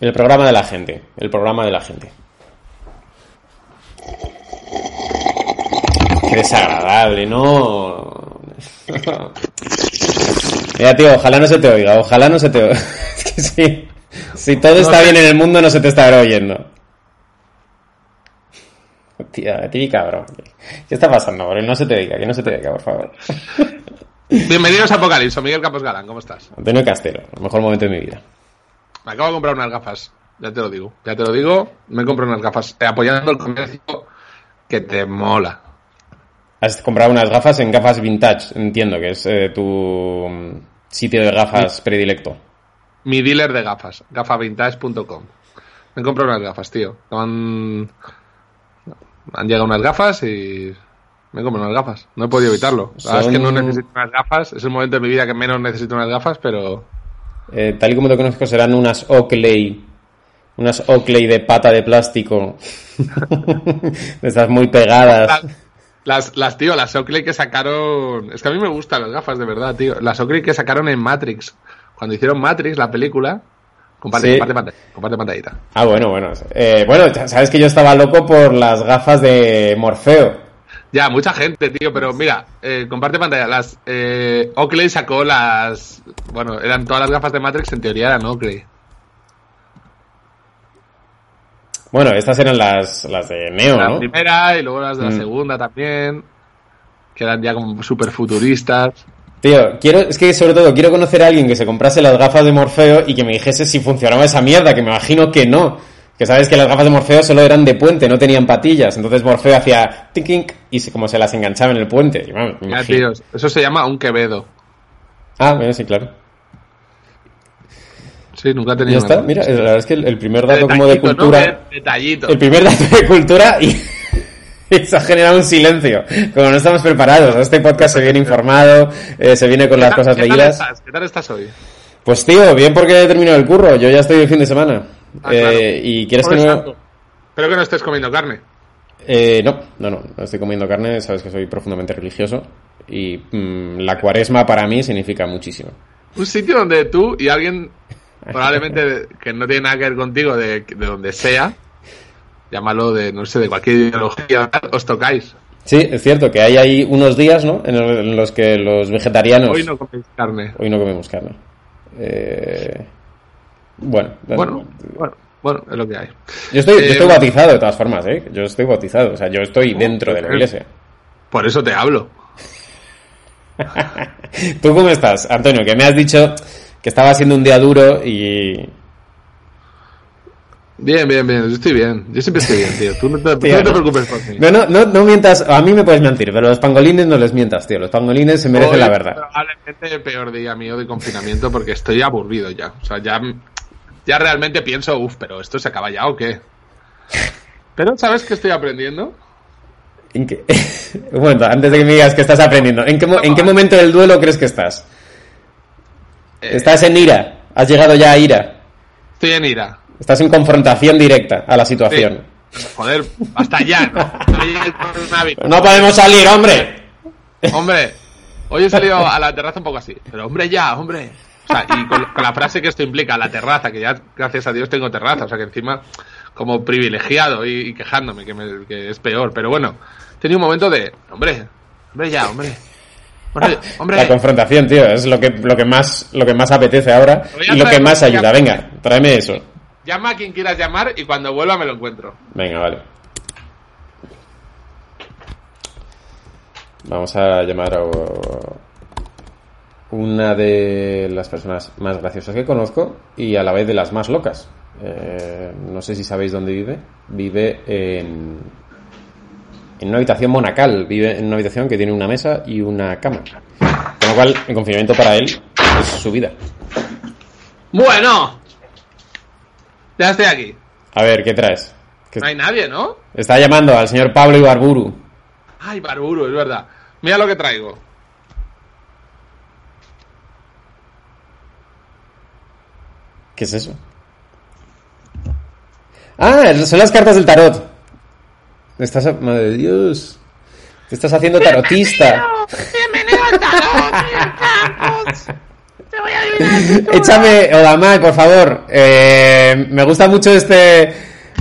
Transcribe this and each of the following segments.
El programa de la gente. El programa de la gente. Qué desagradable, ¿no? Mira, tío, ojalá no se te oiga, ojalá no se te oiga. Es que sí. Si todo está bien en el mundo, no se te estará oyendo. Tía, ti cabrón. ¿Qué está pasando, bro? No se te oiga, que no se te oiga, por favor. Bienvenidos a Apocalipsis, Miguel Campos Galán, ¿cómo estás? Antonio Castelo, el mejor momento de mi vida. Me acabo de comprar unas gafas, ya te lo digo, ya te lo digo, me compro unas gafas, eh, apoyando el comercio que te mola. Has comprado unas gafas en gafas vintage, entiendo que es eh, tu mm, sitio de gafas predilecto. Mi dealer de gafas, gafavintage.com. Me compro unas gafas, tío. Han, han llegado unas gafas y me compro unas gafas. No he podido evitarlo. La verdad es que no Son- necesito unas gafas. Es el momento de mi vida que menos necesito unas gafas, pero Eh, tal y como te conozco, serán unas Oakley. Unas Oakley de pata de plástico. de esas muy pegadas. Las, las, las, tío, las Oakley que sacaron. Es que a mí me gustan las gafas, de verdad, tío. Las Oakley que sacaron en Matrix. Cuando hicieron Matrix, la película. Comparte, Sí. comparte, pantalla- comparte pantallita. Ah, bueno, bueno. Eh, bueno, ya sabes que yo estaba loco por las gafas de Morfeo. Ya, mucha gente, tío, pero mira, eh, comparte pantalla. Las eh, Oakley sacó las. Bueno, eran todas las gafas de Matrix, en teoría eran Oakley. Bueno, estas eran las, las de Neo, La ¿no? primera y luego las de la Mm. segunda también. Que eran ya como super futuristas. Tío, quiero, es que sobre todo quiero conocer a alguien que se comprase las gafas de Morfeo y que me dijese si funcionaba esa mierda, que me imagino que no. Que sabes que las gafas de Morfeo solo eran de puente, no tenían patillas. Entonces Morfeo hacía tinkink y se- como se las enganchaba en el puente. Y, vamos, me Ya, imagino. tíos, eso se llama un Quevedo. Ah, bueno, sí, claro. Sí, nunca he Ya tenido. está, una. mira, la verdad es que el, el primer dato como de Detallito, ¿no? cultura... De- Detallito. El primer dato de cultura y... y se ha generado un silencio. Como no estamos preparados, este podcast se viene informado, eh, se viene con las ¿Qué cosas tal- qué tal leídas. estás? ¿Qué tal estás hoy? Pues tío, bien porque he terminado el curro, yo ya estoy el fin de semana. Ah, Eh, claro. Y quieres Pobre que no... santo. Espero que no estés comiendo carne. Eh, no, no, no, no estoy comiendo carne, sabes que soy profundamente religioso y mm, la cuaresma para mí significa muchísimo. Un sitio donde tú y alguien, probablemente que no tiene nada que ver contigo, de, de donde sea, llámalo de, no sé, de cualquier ideología, os tocáis. Sí, es cierto que hay ahí unos días, ¿no? En los- en los que los vegetarianos... Hoy no coméis carne. Hoy no comemos carne. Eh, bueno, Bueno, bueno, bueno, es lo que hay. yo estoy, yo eh, Oh, estoy bautizado de todas formas, ¿eh? Yo estoy bautizado, o sea, yo estoy dentro de la ok. iglesia. Por eso te hablo. ¿Tú cómo estás, Antonio? Que me has dicho que estaba siendo un día duro y... Bien, bien, bien. Yo estoy bien. Yo siempre estoy bien, tío. Tú no te, tú Tío, no te no. preocupes por mí. No, no, no, no mientas, a mí me puedes mentir, pero los pangolines no les mientas, tío. Los pangolines se merecen Hoy la es verdad. Probablemente el peor día mío de confinamiento porque estoy aburrido ya. O sea, ya, ya realmente pienso, uff, pero esto se acaba ya o qué. Pero ¿sabes qué estoy aprendiendo? ¿En qué- Un momento, antes de que me digas que estás aprendiendo, ¿en qué, mo- en qué momento del duelo crees que estás? Eh, ¿Estás en ira? ¿Has llegado ya a ira? Estoy en ira. ¿Estás en confrontación directa a la situación? Joder, hasta ya. ¿no? Ahí el coronavirus. ¡No podemos salir, hombre! Hombre, hoy he salido a la terraza un poco así. Pero hombre, ya, hombre. O sea, y con, con la frase que esto implica, la terraza, que ya gracias a Dios tengo terraza. O sea, que encima como privilegiado y, y quejándome, que, me- que es peor. Pero bueno, tenía un momento de, hombre, hombre, ya, hombre. Hombre, hombre. Ah, La confrontación, tío, es lo que, lo que, más, lo que más apetece ahora voy a y lo que traer más una- ayuda. Venga, tráeme eso. Llama a quien quieras llamar y cuando vuelva me lo encuentro. Venga, vale. Vamos a llamar a una de las personas más graciosas que conozco y a la vez de las más locas. Eh, no sé si sabéis dónde vive. Vive en, en una habitación monacal. Vive en una habitación que tiene una mesa y una cama. Con lo cual, el confinamiento para él es su vida. Bueno. Ya estoy aquí. A ver, ¿qué traes? Que- No hay nadie, ¿no? Está llamando al señor Pablo Ibarburu. Ay, Barburu, es verdad. Mira lo que traigo. ¿Qué es eso? Ah, son las cartas del tarot. Estás, a- madre de Dios. Te estás haciendo tarotista. Bienvenido al tarot, señor Campos. Te voy a adivinar el Échame, Odamar, por favor. Eh, me gusta mucho este.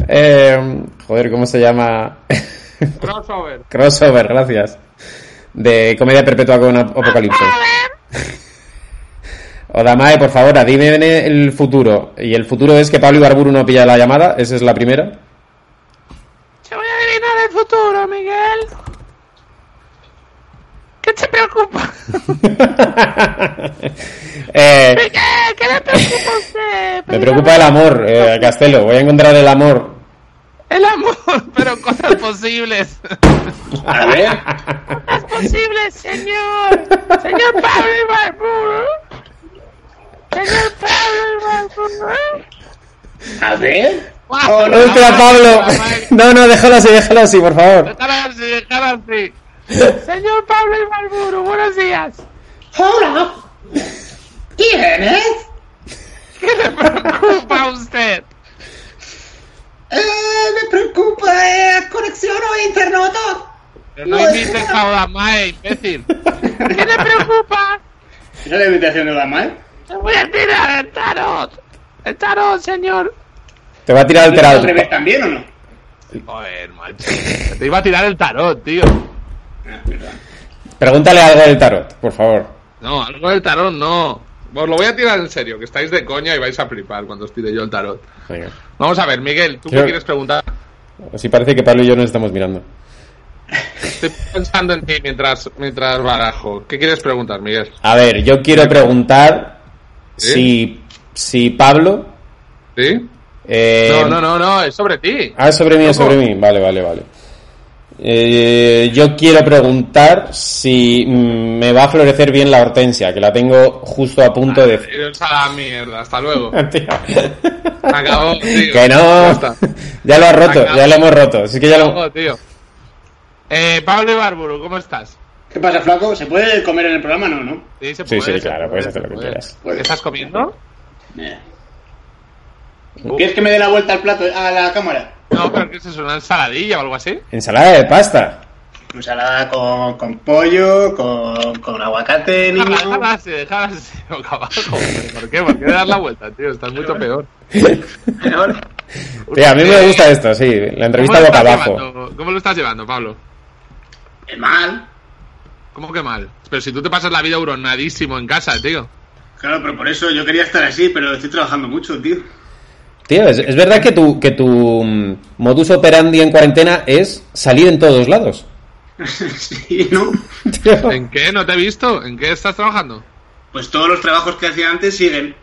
eh, joder, ¿cómo se llama? Crossover. Crossover, gracias. De comedia perpetua con ap- apocalipsis. Odamae, por favor, adivine el futuro. Y el futuro es que Pablo Ibarburu no pilla la llamada. Esa es la primera. Te voy a adivinar el futuro, Miguel. ¿Qué te preocupa? Eh, Miguel, ¿qué le preocupa a usted? me preocupa el amor, eh, Castelo. Voy a encontrar el amor. El amor. Pero cosas posibles. A ver. Es posible, señor. Señor Pablo Ibarburu. Señor Pablo Ibarburu. A ver. Oh, no, espera, Pablo. No, no, déjalo así, déjalo así, por favor. Dejar así, dejar así. Señor Pablo Ibarburu, buenos días. Hola. ¿Quién eh? es? ¿Qué le preocupa a usted? Eh, me preocupa eh, conexión o internauta. Pero Pues- no invites a Odamae, imbécil. ¿Qué le preocupa? ¿Esa es la invitación de Odamae? Te voy a tirar el tarot. El tarot, señor. Te va a tirar el ¿Al terado. revés también o no? Joder, macho. Te iba a tirar el tarot, tío. Ah, verdad. Pregúntale algo del tarot, por favor. No, algo del tarot no. Os lo voy a tirar en serio, que estáis de coña y vais a flipar cuando os tire yo el tarot. Venga. Vamos a ver, Miguel, ¿tú Yo- qué quieres preguntar? Así parece que Pablo y yo nos estamos mirando. Estoy pensando en ti mientras, mientras barajo. ¿Qué quieres preguntar, Miguel? A ver, yo quiero preguntar ¿Sí? si, si Pablo. ¿Sí? eh, No, no, no, no, es sobre ti. Ah, sobre mí, es sobre mí. Vale, vale, vale. Eh, yo quiero preguntar si mm, me va a florecer bien la hortensia, que la tengo justo a punto de. Ah, Iros a la mierda, hasta luego. Tío. Se acabó, tío. Que Ah, Ya no. está. Ya lo has roto, Acabado. ya lo hemos roto. Así que ya Se lo. acabó, tío. Eh, Pablo Ibarburu, ¿cómo estás? ¿Qué pasa, flaco? ¿Se puede comer en el programa? No, no. Sí, se Sí, sí, puede, se claro, puede, puedes se hacer lo que puede. quieras. ¿Estás comiendo? Mira. ¿Quieres que me dé la vuelta al plato, a la cámara? No, pero que es eso, una ensaladilla o algo así. Ensalada de pasta. Ensalada con, con pollo, con, con aguacate, niño. Déjala así, déjala así, boca abajo. ¿Por qué? ¿Por qué dar la vuelta, tío? Estás mucho peor. Tío, a mí me gusta esto, sí. La ¿Cómo entrevista lo, boca estás abajo. llevando? ¿Cómo lo estás llevando, Pablo? Es mal. ¿Cómo que mal? Pero si tú te pasas la vida huronadísimo en casa, tío. Claro, pero por eso yo quería estar así, pero estoy trabajando mucho, tío. Tío, es, es verdad que tu, que tu mm, modus operandi en cuarentena es salir en todos lados. sí, ¿no? Tío. ¿En qué? ¿No te he visto? ¿En qué estás trabajando? Pues todos los trabajos que hacía antes siguen.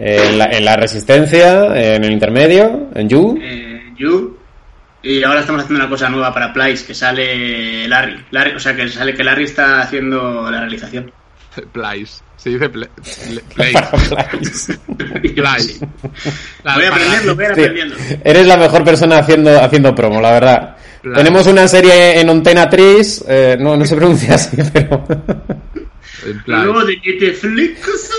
En, la, en la resistencia, en el intermedio, en You. Eh, you. Y ahora estamos haciendo una cosa nueva para Place, que sale Larry. Larry. O sea, que sale que Larry está haciendo la realización. Plays. Se dice ple- ple- plays. Plays. La- voy para- aprendiendo, voy Tío, aprendiendo. eres la mejor persona haciendo, haciendo promo, la verdad. Claro. Tenemos una serie en Antena 3, eh, no, no se pronuncia así, pero... en plays. ¿eh? Luego de que te flicas.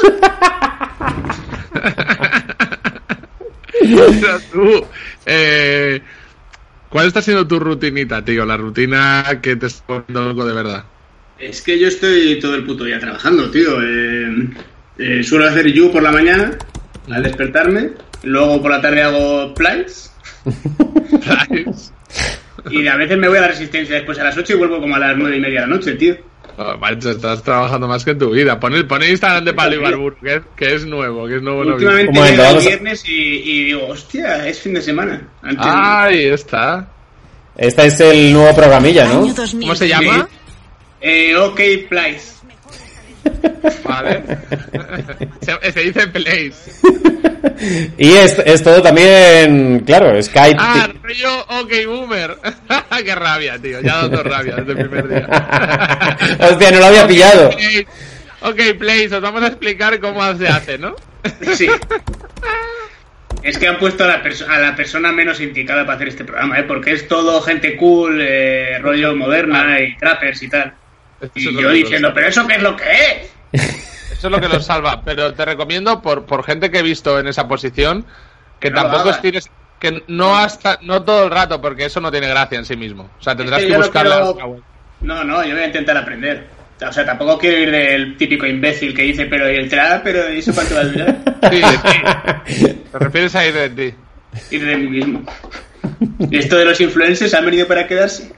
Pero tú, eh, ¿Cuál está siendo tu rutinita, tío? La rutina que te está poniendo loco de verdad. Es que yo estoy todo el puto día trabajando, tío. Eh, eh, suelo hacer you por la mañana, al despertarme. Luego por la tarde hago Place. Plays. Y a veces me voy a la resistencia después a las 8 y vuelvo como a las 9 y media de la noche, tío. Oh, macho, estás trabajando más que en tu vida. Pon el, pon el Instagram de Pablo Ibarburu, que, es- que es nuevo, que es nuevo. no Últimamente Un momento, llega el vamos a- viernes y, y digo, hostia, es fin de semana. vi. Antes- Ah, Ahí está. Este es el nuevo programilla, ¿no? Año 2000. ¿Cómo se llama? Eh, ok, Place. Vale. se, se dice Plays. Y es, es todo también, claro, Skype. Ah, rollo OK Boomer. Qué rabia, tío. Ya ha dado rabia desde el primer día. Hostia, no lo había pillado. Plays. Ok, Plays, os vamos a explicar cómo se hace, ¿no? Sí. Es que han puesto a la, perso- a la persona menos indicada para hacer este programa, ¿eh? Porque es todo gente cool, eh, rollo moderna y trappers y tal. Eso es Y lo yo que- diciendo, ¿pero eso qué es lo que es? Eso es lo que los salva. Pero te recomiendo, por, por gente que he visto en esa posición, que No lo tampoco hagas. estires. Que no hasta no todo el rato, porque eso no tiene gracia en sí mismo. O sea, tendrás que que yo no buscar quiero- las- No, no, yo voy a intentar aprender. O sea, tampoco quiero ir del típico imbécil que dice, pero ¿y el trap? ¿Pero ¿y eso cuánto va a durar? Sí, sí. Te refieres a ir de ti. Ir de mí mismo. ¿Y esto de los influencers han venido para quedarse?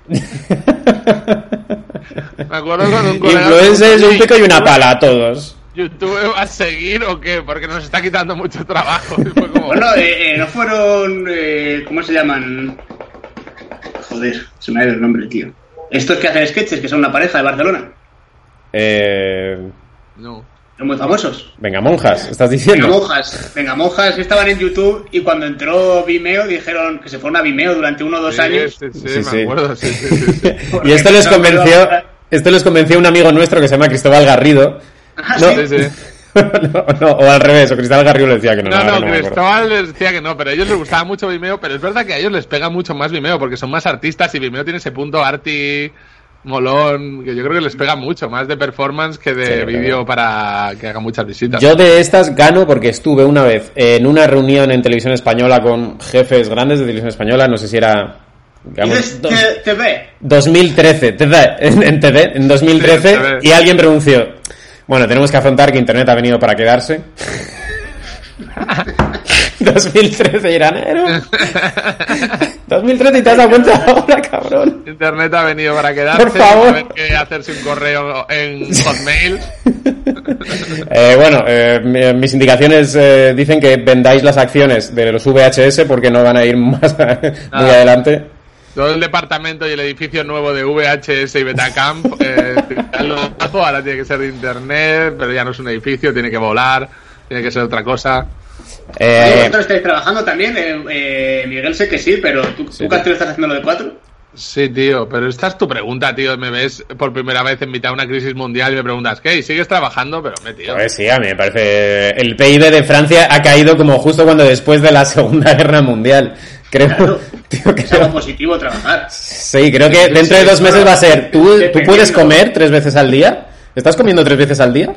Me acuerdo con un colega. Influencers, un pico y una pala a todos. ¿YouTube va a seguir o qué? Porque nos está quitando mucho trabajo. Y fue como, Bueno, eh, eh, no fueron... eh, ¿Cómo se llaman? Joder, se me ha ido el nombre, tío. Estos que hacen sketches, que son una pareja de Barcelona. Eh, no. Son muy famosos. venga, monjas, estás Venga, diciendo. monjas. Venga, monjas. Estaban en YouTube y cuando entró Vimeo dijeron que se fueron a Vimeo durante uno o dos Sí, años. sí, Sí, sí, me sí. acuerdo. Sí, sí, sí, sí. Y esto les convenció, esto les convenció a un amigo nuestro que se llama Cristóbal Garrido. Ah, No, Sí, sí. no, no, o al revés, o Cristóbal Garrido le decía que no. No, ahora no, me acuerdo. Cristóbal les decía que no, pero a ellos les gustaba mucho Vimeo, pero es verdad que a ellos les pega mucho más Vimeo porque son más artistas y Vimeo tiene ese punto arty, molón, que yo creo que les pega mucho más de performance que Sí, de yo creo vídeo para que haga muchas visitas. Yo de estas gano porque estuve una vez en una reunión en televisión española con jefes grandes de televisión española, no sé si era... digamos, Dices, dos- te, te ve. 2013, TV, en, en TV, en 2013, Sí, en TV. y alguien pronunció, bueno, tenemos que afrontar que Internet ha venido para quedarse. 2013 y eran, "Eh, no". 2013 y te has dado cuenta ahora, cabrón. Internet ha venido para quedarse. Por favor. saber que hacerse un correo en Hotmail. Eh, bueno, eh, mi- mis indicaciones eh, dicen que vendáis las acciones de los VHS porque no van a ir más a- muy Nada. adelante. Todo el departamento y el edificio nuevo de VHS y Betacamp, eh, tirarlo abajo, ahora tiene que ser de internet, pero ya no es un edificio, tiene que volar, tiene que ser otra cosa. Oye, Eh, vosotros estáis trabajando también. eh, eh, Miguel sé que sí, pero tú, Sí, tú, sí. Castillo, estás haciendo lo de cuatro. Sí, tío, pero esta es tu pregunta, tío. Me ves por primera vez en mitad de una crisis mundial y me preguntas, ¿qué? ¿Y ¿Sigues trabajando? Pero, me, tío. Pues sí, a mí me parece. El PIB de Francia ha caído como justo cuando después de la Segunda Guerra Mundial. Creo. Claro. Tío, creo- Es algo positivo trabajar. sí, creo que dentro de dos meses va a ser. ¿Tú, Qué tú puedes peligro. comer tres veces al día? ¿Estás comiendo tres veces al día?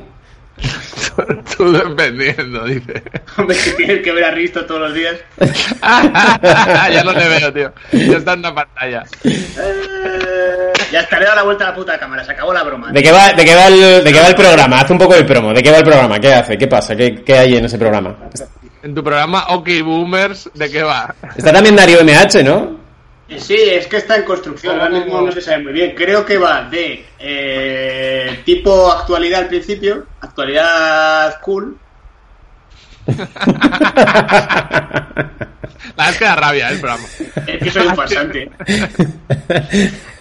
Tú dependiendo, dice. Hombre, que tienes que ver a Risto todos los días. ya no le veo, tío. Ya está en la pantalla. Eh, ya estaré a la vuelta a la puta cámara. Se acabó la broma. ¿De qué va, de qué va, el, de qué va el programa? Haz un poco de promo. ¿De qué va el programa? ¿Qué hace? ¿Qué pasa? ¿Qué, qué hay en ese programa? Está, En tu programa OK Boomers, ¿de qué va? está también Darío MH, ¿no? Eh, Sí, es que está en construcción, ahora mismo no se sabe muy bien. Creo que va de eh, tipo actualidad al principio, actualidad cool. La verdad es que da rabia ¿eh? el programa. Es eh, que soy un pasante.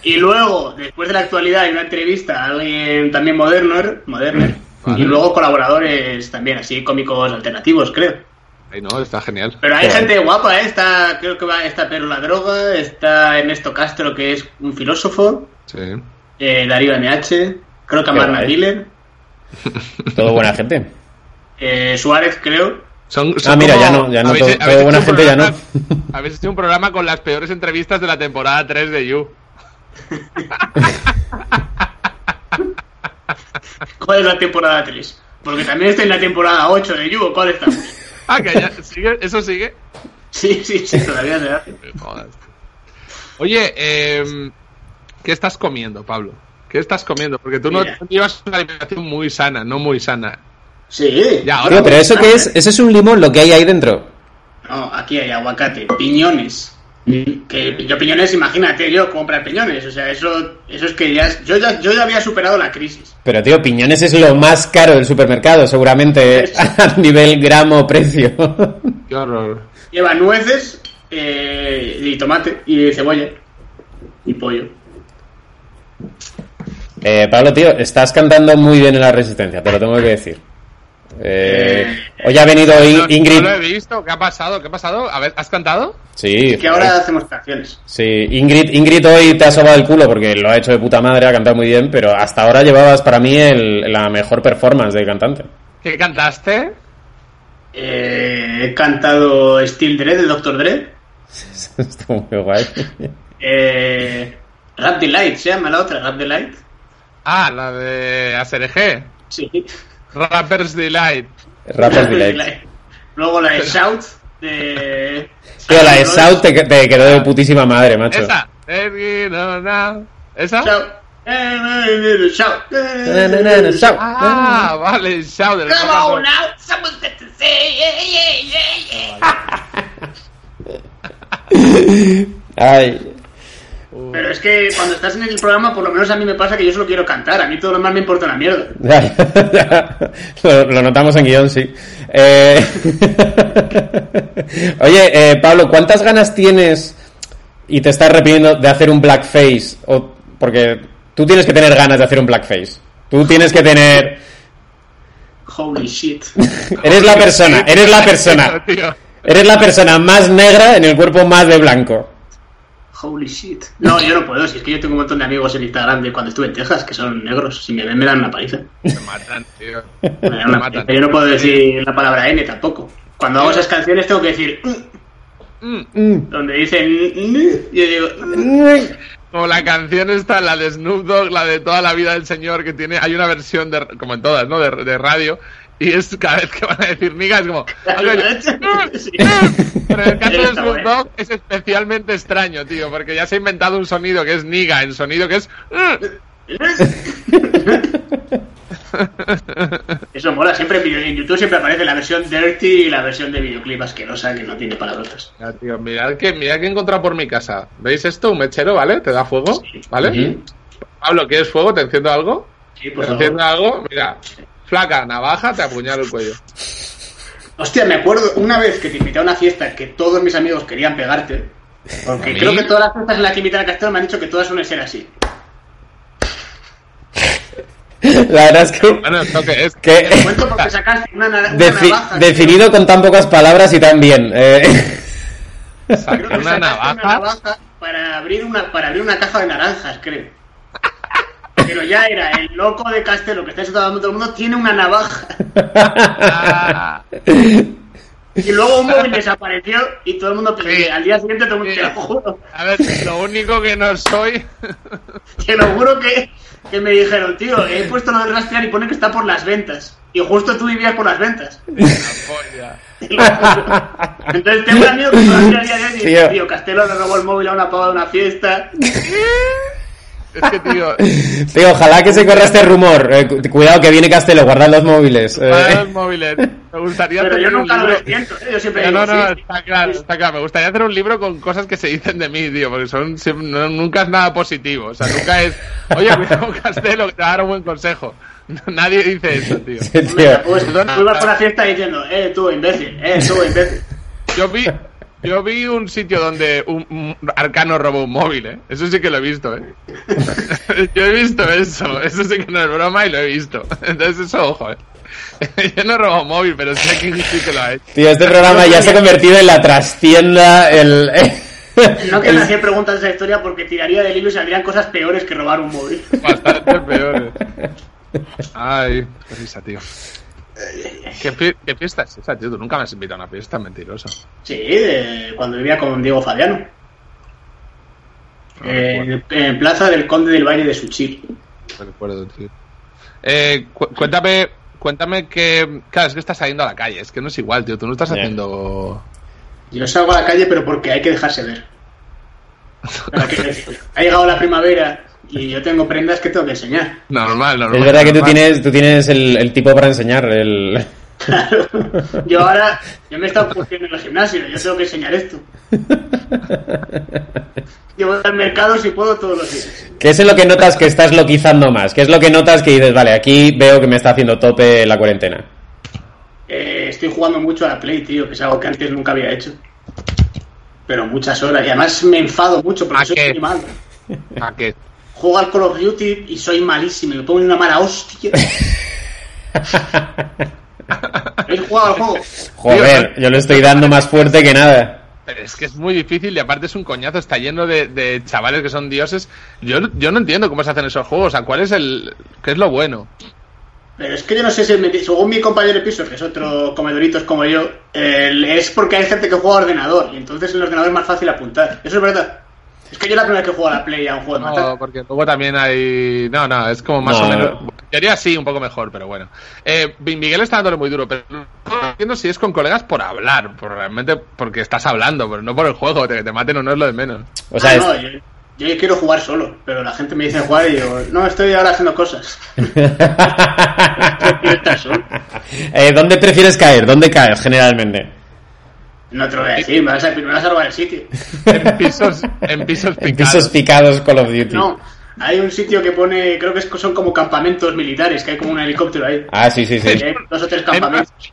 Y luego, después de la actualidad, hay una entrevista a alguien también moderno, moderner y luego colaboradores también, así cómicos alternativos, creo. Ay, no, está genial. Pero hay Qué gente guapa, ¿eh? Está, creo que va, está Pedro La Droga, está Ernesto Castro, que es un filósofo, Sí. eh, Darío NH, creo que Qué Amarna guay. Miller, Todo buena gente. eh, Suárez, creo. Son, Ah, mira, ya no, ya no, todo- todo hecho buena un gente ya programa- no. Habéis hecho un programa con las peores entrevistas de la temporada 3 de You. ¿Cuál es la temporada 3? Porque también está en la temporada 8 de Yugo, ¿cuál estamos? Ah, que ya, ¿sigue? ¿eso sigue? Sí, sí, sí, todavía se hace. Joder. Oye, eh, ¿qué estás comiendo, Pablo? ¿Qué estás comiendo? Porque tú no Mira. llevas una alimentación muy sana, no muy sana. Sí. Ya, ahora. Tío, pero eso que es, eso es un limón lo que hay ahí dentro. No, aquí hay aguacate, piñones. Mm. Que yo piñones, imagínate, yo comprar piñones, o sea, eso, eso es que ya, yo ya, yo ya había superado la crisis. Pero tío, piñones es lo más caro del supermercado, seguramente a nivel gramo precio. Qué horror. Lleva nueces eh, y tomate y cebolla y pollo. Eh, Pablo, tío, estás cantando muy bien en la resistencia, te lo tengo que decir. Eh, hoy ha venido In- No- Ingrid. No lo he visto. ¿Qué ha pasado? ¿Qué ha pasado? A ver, ¿has cantado? Sí, Que ahora hacemos canciones. sí, Ingrid, Ingrid hoy te ha sobado el culo porque lo ha hecho de puta madre, ha cantado muy bien, pero hasta ahora llevabas para mí el- la mejor performance del cantante. ¿Qué cantaste? Eh, he cantado Steel Dre de Dr. Dre. Está muy guay. Eh, Rap Delight, se llama la otra, Rap Delight. Ah, la de ACRG. Sí. Rappers Delight. Rapper Delight. Luego la de Shout. De... Tío, la de South te, te quedó de putísima madre, macho. Esa. Let me know now. ¿Esa? Shout. Chao. Na, na, na, na, chao. Ah, vale, el shout del Come Coca-Cola. on now, someone's got to say, yeah, yeah, yeah, yeah. Ay, Pero es que cuando estás en el programa, por lo menos a mí me pasa que yo solo quiero cantar. A mí todo lo demás me importa una mierda. lo, lo notamos en guión, sí. Eh, Oye, eh, Pablo, ¿cuántas ganas tienes y te estás arrepintiendo de hacer un blackface? O, porque tú tienes que tener ganas de hacer un blackface. Tú tienes que tener... Holy shit. Eres la persona, eres la persona. Tío. Eres la persona más negra en el cuerpo más de blanco. Holy shit. No, yo no puedo. Si es que yo tengo un montón de amigos en Instagram de cuando estuve en Texas que son negros. Si me ven, me dan una paliza. Me matan, tío. Me dan una matan. paliza. Yo no puedo decir la palabra N tampoco. Cuando hago esas canciones tengo que decir. "Mm", Donde dicen. "Mm", Yo digo. "Mm". Como la canción está, la de Snoop Dogg, la de toda la vida del señor que tiene, hay una versión de, como en todas, ¿no? De, de radio. Y es cada vez que van a decir niga es como. Sí. Pero en el caso de Está Snoop bueno. Dogg es especialmente extraño, tío, porque ya se ha inventado un sonido que es niga, en sonido que es. Eso mola. Siempre en video- en YouTube siempre aparece la versión dirty y la versión de videoclip asquerosa que no tiene palabrotas. Ya, tío, mirad que, mirad que he encontrado por mi casa. ¿Veis esto? Un mechero, ¿vale? Te da fuego, ¿vale? Ujú. Pablo, ¿quieres fuego? ¿Te enciendo algo? Sí, ¿Te por favor. enciendo algo? Mira, flaca, navaja, te apuñalo el cuello. Hostia, me acuerdo una vez que te invité a una fiesta que todos mis amigos querían pegarte. ¿A Porque mí? creo que todas las fiestas en las que invitan a Castelo me han dicho que todas suelen ser así. La verdad es que... Bueno, esto que es. que- Te cuento porque sacaste una, nara- una defi- navaja. definido con tan pocas palabras y tan bien. eh. Creo que Sacar una sacaste una navaja. navaja para abrir una, para abrir una caja de naranjas, creo. Pero ya era, el loco de Castelo que está insultando a todo el mundo tiene una navaja. Ah, Y luego un móvil desapareció y todo el mundo pe- al día siguiente todo el mundo, Sí. te lo juro. a ver, lo único que no soy. Te lo juro que, que me dijeron, tío, he puesto lo de rastrear y pone que está por las ventas. Y justo tú vivías por las ventas. La polla. Entonces tengo un amigo que todavía a día de hoy dice, Tío. tío, Castelo le robó el móvil a una pava de una fiesta. Es que, tío, Tío, ojalá que se corra este rumor. Eh, cu- cuidado que viene Castelo, guardad los móviles. eh. para los móviles. Me gustaría Pero tener yo un nunca lo libro- desmiento, ¿eh? yo siempre No, digo, no, no, sí, sí, está claro, sí. está claro. Me gustaría hacer un libro con cosas que se dicen de mí, tío, porque son siem- no- nunca es nada positivo. O sea, nunca es, oye, cuidado, Castelo, que te va a dar un buen consejo. No, Nadie dice eso, tío. Sí, tío. Mira, pues, tú ibas por la fiesta diciendo, eh, tú, imbécil, eh, tú, imbécil. Yo vi, yo vi un sitio donde un, un arcano robó un móvil, ¿eh? Eso sí que lo he visto, ¿eh? Yo he visto eso. Eso sí que no es broma y lo he visto. Entonces, eso, ojo, ¿eh? Yo no robo un móvil, pero sé que sí que lo ha hecho. Tío, este programa ya se ha convertido en la trastienda, el... No que me hacía preguntas de esa historia porque tiraría del hilo y saldrían cosas peores que robar un móvil. Bastante peores. Ay, qué risa, tío. ¿Qué, fie- qué fiesta es esa, tío? Tú nunca me has invitado a una fiesta, mentiroso. Sí, de- cuando vivía con Diego Fabiano. No Eh, en Plaza del Conde del Valle de Suchil. recuerdo, no recuerdo, tío. Eh, cu- cuéntame, cuéntame que... Claro, es que estás saliendo a la calle. Es que no es igual, tío. Tú no estás Ya. haciendo... Yo salgo a la calle, pero porque hay que dejarse ver. Pero quiero decir, Ha llegado la primavera y yo tengo prendas que tengo que enseñar. Normal, normal. Es verdad que tú normal. tienes, tú tienes el, el tipo para enseñar, el... Yo ahora, yo me he estado curtiendo en el gimnasio, yo tengo que enseñar esto. Yo voy al mercado si puedo todos los días. ¿Qué es en lo que notas que estás loquizando más? ¿Qué es lo que notas que dices, vale, aquí veo que me está haciendo tope la cuarentena? Eh, estoy jugando mucho a la Play, tío, que es algo que antes nunca había hecho. Pero muchas horas. Y además me enfado mucho porque ¿A soy qué? muy malo. ¿A qué? Juego al Call of Duty y soy malísimo. y Me pongo en una mala hostia. ¿Habéis jugado al juego? eh, Joder, yo lo estoy dando más fuerte que nada. Pero es que es muy difícil y aparte es un coñazo, está lleno de, de chavales que son dioses. Yo, no- yo no entiendo cómo se hacen esos juegos, o sea, cuál es el... qué es lo bueno. Pero es que yo no sé si, me- según mi compañero de piso, que es otro comedoritos como yo, el- es porque hay gente que juega a ordenador y entonces en el ordenador es más fácil apuntar. Eso es verdad. Es que yo la primera vez que juego a la Play a un juego de No, matar. porque luego también hay... No, no, es como más No. o menos... En teoría sí, un poco mejor, pero bueno. Eh, Miguel está dándole muy duro, pero no entiendo si es con colegas por hablar, por realmente porque estás hablando, pero no por el juego, te, te maten o no es lo de menos. O sea, Ah, es- no, yo- Yo quiero jugar solo, pero la gente me dice jugar y yo, no, estoy ahora haciendo cosas. Prefiero estar solo. Eh, ¿Dónde prefieres caer? ¿Dónde caes generalmente? No te lo voy a decir, me vas a, me vas a robar el sitio. En pisos, en pisos En picados. pisos picados Call of Duty. No, hay un sitio que pone, creo que es- son como campamentos militares, que hay como un helicóptero ahí. Ah, sí, sí, sí. Hay dos o tres En unos, campamentos.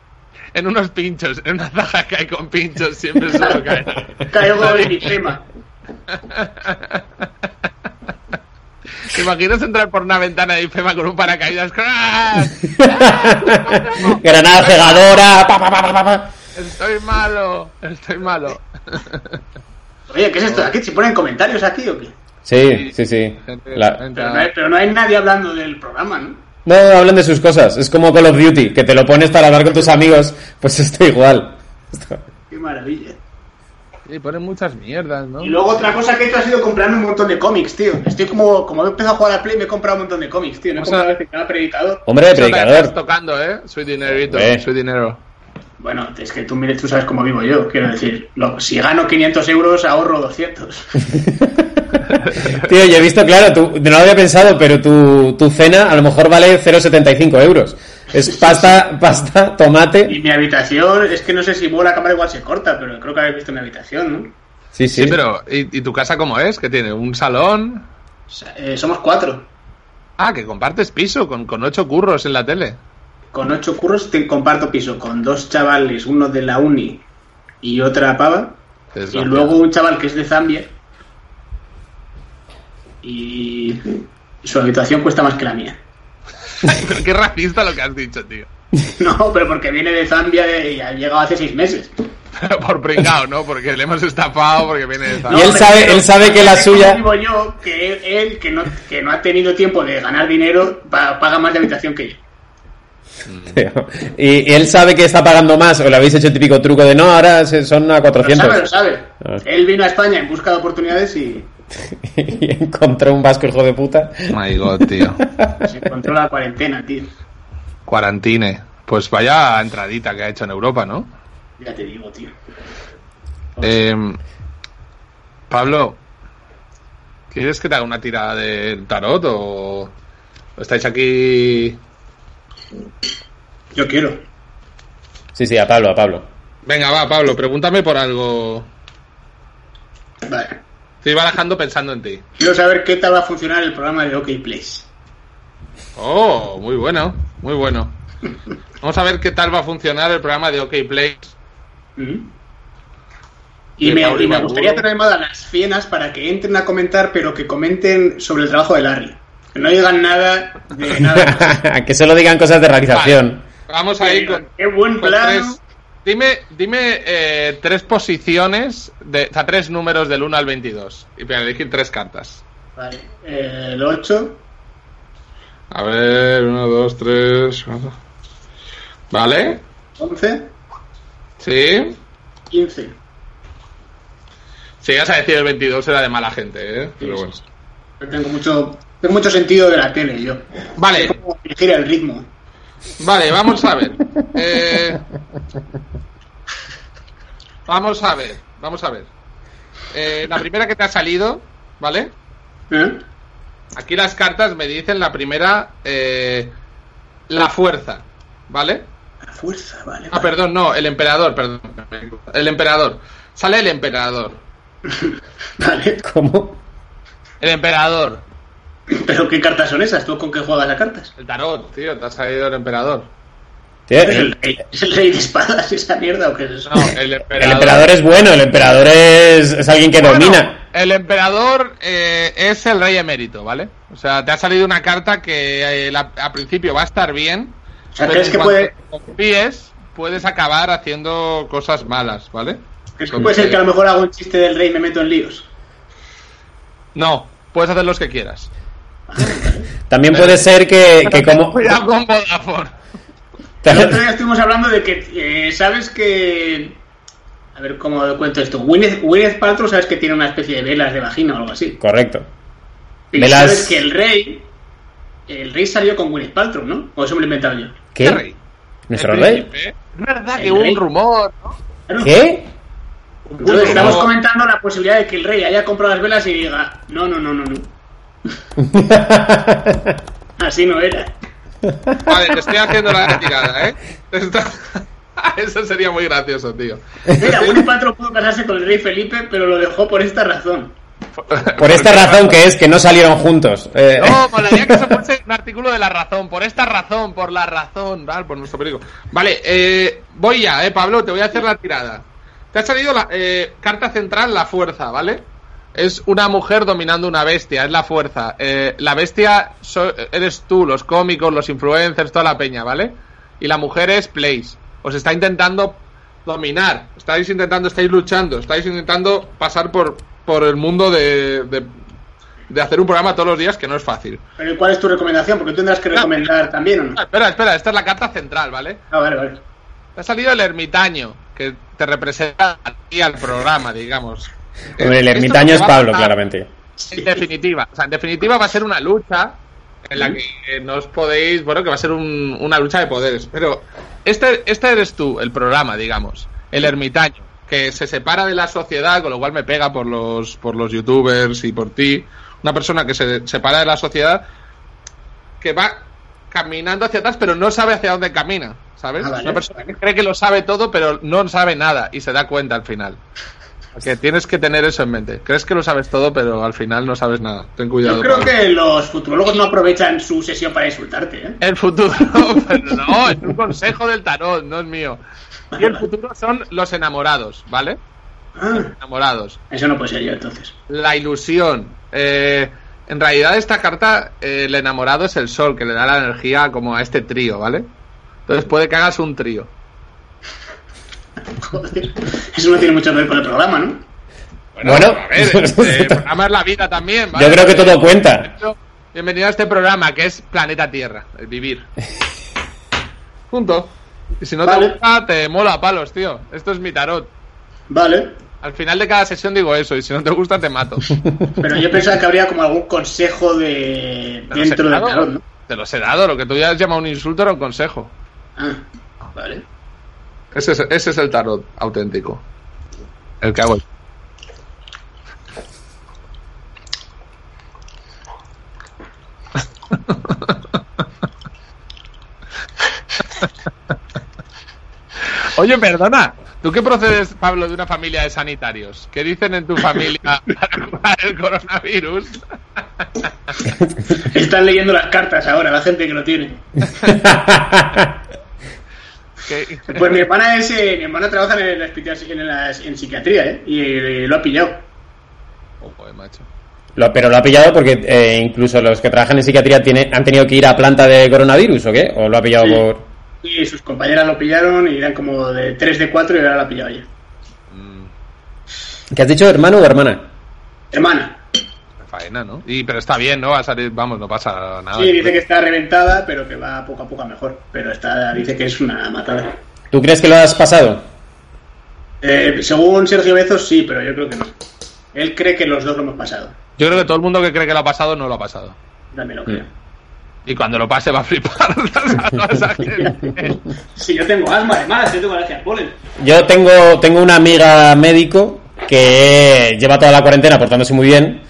en unos pinchos, en una zaja cae con pinchos, siempre solo cae. Caigo de mi prima. ¿Te imaginas entrar por una ventana de IFEMA con un paracaídas? ¡Crash! Granada cegadora. pa, pa, pa, pa, pa, pa. Estoy malo, estoy malo. Oye, ¿qué es esto de aquí? ¿Se ponen comentarios aquí o qué? Sí, sí, sí. Gente, La- gente, Pero no, hay, pero no hay nadie hablando del programa, ¿no? No, no, hablan de sus cosas. Es como Call of Duty, que te lo pones para hablar con tus amigos. Pues esto igual. Esto- Qué maravilla. Y ponen muchas mierdas, ¿no? Y luego otra cosa que he hecho ha sido comprarme un montón de cómics, tío. Estoy como, como he empezado a jugar a Play, me he comprado un montón de cómics, tío. No he O sea- comprado este cada predicador. Hombre de Eso te estás predicador. tocando, ¿eh? Soy dinerito, Hombre. soy dinero. Bueno, es que tú, mire, tú sabes cómo vivo yo. Quiero decir, lo- si gano 500 euros, ahorro 200. Tío, yo he visto, claro, tú, no lo había pensado, pero tu, tu cena a lo mejor vale 0,75 euros. Es pasta, pasta, Y tomate. mi habitación, es que no sé si muevo la cámara igual se corta, pero creo que habéis visto mi habitación, ¿no? Sí, Sí, sí. pero ¿y, y tu casa cómo es? ¿Que tiene? ¿Un salón? O sea, eh, somos cuatro. Ah, que compartes piso con, con ocho curros en la tele. Con ocho curros te comparto piso con dos chavales, uno de la uni y otra pava. Es Y la luego un chaval que es de Zambia. Y su habitación cuesta más que la mía. Pero Qué racista lo que has dicho, tío. No, pero porque viene de Zambia y ha llegado hace seis meses. Pero por pringao, ¿no? Porque le hemos estafado, porque viene de Y él No, sabe- pero- él sabe que la pero suya- Digo yo que él, él que, no, que no ha tenido tiempo de ganar dinero, pa- paga más de habitación que yo. Tío. Y, y él sabe que está pagando más, o le habéis hecho el típico truco de no, ahora se- son a Lo sabe, lo 400. sabe. Ah. Él vino a España en busca de oportunidades y y encontró un vasco hijo de puta. Oh My God, tío. se encontró la cuarentena, tío. Cuarantine. Pues vaya entradita que ha hecho en Europa, ¿no? Ya te digo, tío. Eh, Pablo, ¿quieres que te haga una tirada de tarot o o estáis aquí? Yo quiero. Sí, sí, a Pablo, a Pablo. Venga, va, Pablo, pregúntame por algo. Vale. Estoy barajando pensando en ti. Quiero saber qué tal va a funcionar el programa de OK Place. Oh, muy bueno, muy bueno. Vamos a ver qué tal va a funcionar el programa de OK Play. ¿Mm? Y De me, Mauri y me Maduro. gustaría tener llamada a las fienas para que entren a comentar, pero que comenten sobre el trabajo de Larry. Que no digan nada de nada. que solo digan cosas de realización. Vamos ahí con, Qué buen con plano. Pues tres. Dime, dime eh, tres posiciones, de, o sea, tres números del 1 al 22. Y para elegir tres cartas. Vale. eh, el 8. A ver, uno, dos, tres, cuatro. Vale, 11, sí. 15. Si llegas a decir el 22 era de mala gente, ¿eh? Pero bueno. Yo tengo mucho, tengo mucho sentido de la tele, yo. Vale, Cómo dirigir el ritmo. vale, vamos a ver. Eh, vamos a ver, vamos a ver. Eh, la primera que te ha salido, ¿vale? ¿Eh? Aquí las cartas me dicen la primera, eh, la fuerza, ¿vale? La fuerza, vale. Ah, vale. perdón, no, el emperador, perdón. El emperador. Sale el emperador. Vale. ¿Cómo? El emperador. Pero ¿qué cartas son esas? ¿Tú con qué juegas las cartas? El tarot, tío, te ha salido el emperador. Tío, ¿Es el el, rey, es el rey de espadas esa mierda o qué es eso? Eh, No, el emperador. el emperador es bueno, el emperador es, es alguien que Bueno, domina. el emperador eh, es el rey emérito, ¿vale? O sea, te ha salido una carta que eh, la- a principio va a estar bien. O sea, pero ¿crees en que cuanto puede- confíes, puedes acabar haciendo cosas malas, ¿vale? ¿Crees que puede ser que a lo mejor hago un chiste del rey y me meto en líos? No, puedes hacer los que quieras. También puede ser que, que como... Cuidado con Vodafone. El otro día estuvimos hablando de que, eh, ¿sabes que...? A ver cómo cuento esto. Gwyneth, Gwyneth Paltrow sabes que tiene una especie de velas de vagina o algo así. Correcto. Y Velas- sabes que el rey... El rey salió con Gwyneth Paltrow, ¿no? O eso me lo he inventado yo. ¿Qué? rey? ¿Nuestro El rey? príncipe. Es verdad El que hubo rey. un rumor, ¿no? Claro. ¿Qué? Entonces estamos no. comentando la posibilidad de que el rey haya comprado las velas y diga, no, no, no, no, no. Así no era. Vale, te estoy haciendo la retirada, ¿eh? Te está- Eso sería muy gracioso, tío. Mira, Winnie pudo casarse con el rey Felipe, pero lo dejó por esta razón. Por esta razón que es que no salieron juntos. Eh, No, Oh, molaría que eso fuese un artículo de la razón, por esta razón, por la razón, ¿vale? por nuestro periódico. Vale, eh, voy ya, eh, Pablo, te voy a hacer la tirada. Te ha salido la eh, carta central, la fuerza, ¿vale? Es una mujer dominando una bestia, es la fuerza. Eh, la bestia so- eres tú, los cómicos, los influencers, toda la peña, ¿vale? Y la mujer es Place. Os está intentando dominar, estáis intentando, estáis luchando, estáis intentando pasar por, por el mundo de- de, de hacer un programa todos los días que no es fácil. Pero ¿cuál es tu recomendación? Porque tú tendrás que recomendar también, ¿o no? Ah, espera, espera, esta es la carta central, ¿vale? Ah, vale, vale. Te ha salido el ermitaño, que te representa a ti al programa, digamos. Eh, hombre, el Esto ermitaño lo es que va a Pablo, pasar, claramente. En definitiva, o sea, en definitiva va a ser una lucha en la que eh, no os podéis, bueno, que va a ser un- una lucha de poderes. Pero este, este eres tú, el programa, digamos, el ermitaño, que se separa de la sociedad, con lo cual me pega por los, por los youtubers y por ti. Una persona que se separa de la sociedad, que va caminando hacia atrás, pero no sabe hacia dónde camina, ¿sabes? Ah, vale. Una persona que cree que lo sabe todo, pero no sabe nada y se da cuenta al final. Que tienes que tener eso en mente. Crees que lo sabes todo, pero al final no sabes nada. Ten cuidado. Yo creo Pablo. que los futurólogos no aprovechan su sesión para insultarte, ¿eh? El futuro, pero no, es un consejo del tarot, no es mío. Y el futuro son los enamorados, ¿vale? Ah, Enamorados. eso no puede ser yo, entonces. La ilusión. Eh, en realidad esta carta, eh, el enamorado es el sol, que le da la energía como a este trío, ¿vale? Entonces puede que hagas un trío. Joder. Eso no tiene mucho que ver con el programa, ¿no? Bueno. a ver, este, el programa es la vida también, ¿vale? Yo creo que todo cuenta. Bienvenido a este programa que es Planeta Tierra, el vivir. Punto. Y si no Vale. te gusta, te mola a palos, tío. Esto es mi tarot. Vale. Al final de cada sesión digo eso, y si no te gusta, te mato. Pero yo pensaba que habría como algún consejo de Te los he dentro del dado, tarot, ¿no? Te los he dado, lo que tú ya has llamado un insulto era un consejo. Ah, vale. Ese es, ese es el tarot auténtico. El que hago yo. Oye, perdona. ¿Tú qué procedes, Pablo, de una familia de sanitarios? ¿Qué dicen en tu familia para curar el coronavirus? Están leyendo las cartas ahora, la gente que lo tiene. ¿Qué- Pues mi hermana es, eh, mi hermana trabaja en, el hospital- en, las- en psiquiatría, ¿eh? Y, eh, lo ha pillado. Ojo, eh, macho. Lo- pero lo ha pillado porque eh, incluso los que trabajan en psiquiatría tiene- han tenido que ir a planta de coronavirus, ¿o qué? ¿O lo ha pillado Sí. por...? Y sus compañeras lo pillaron y eran como de 3 de 4 y ahora la ha pillado ella. Mm, ¿Qué has dicho, hermano o hermana? Hermana. Faena, ¿no? Y, pero está bien, ¿no? Va a salir, vamos, no pasa Ah, nada. Sí, dice que está reventada, pero que va poco a poco a mejor. Pero está, dice que es una matada. ¿Tú crees que lo has pasado? Eh, según Sergio Bezos, sí, pero yo creo que no. Él cree que los dos lo hemos pasado. Yo creo que todo el mundo que cree que lo ha pasado no lo ha pasado. Yo También Mm. lo creo. Y cuando lo pase va a flipar. O sea, que- Sí, yo tengo asma, además, yo tengo alergia al polen. Yo tengo, tengo una amiga médico que lleva toda la cuarentena portándose muy bien,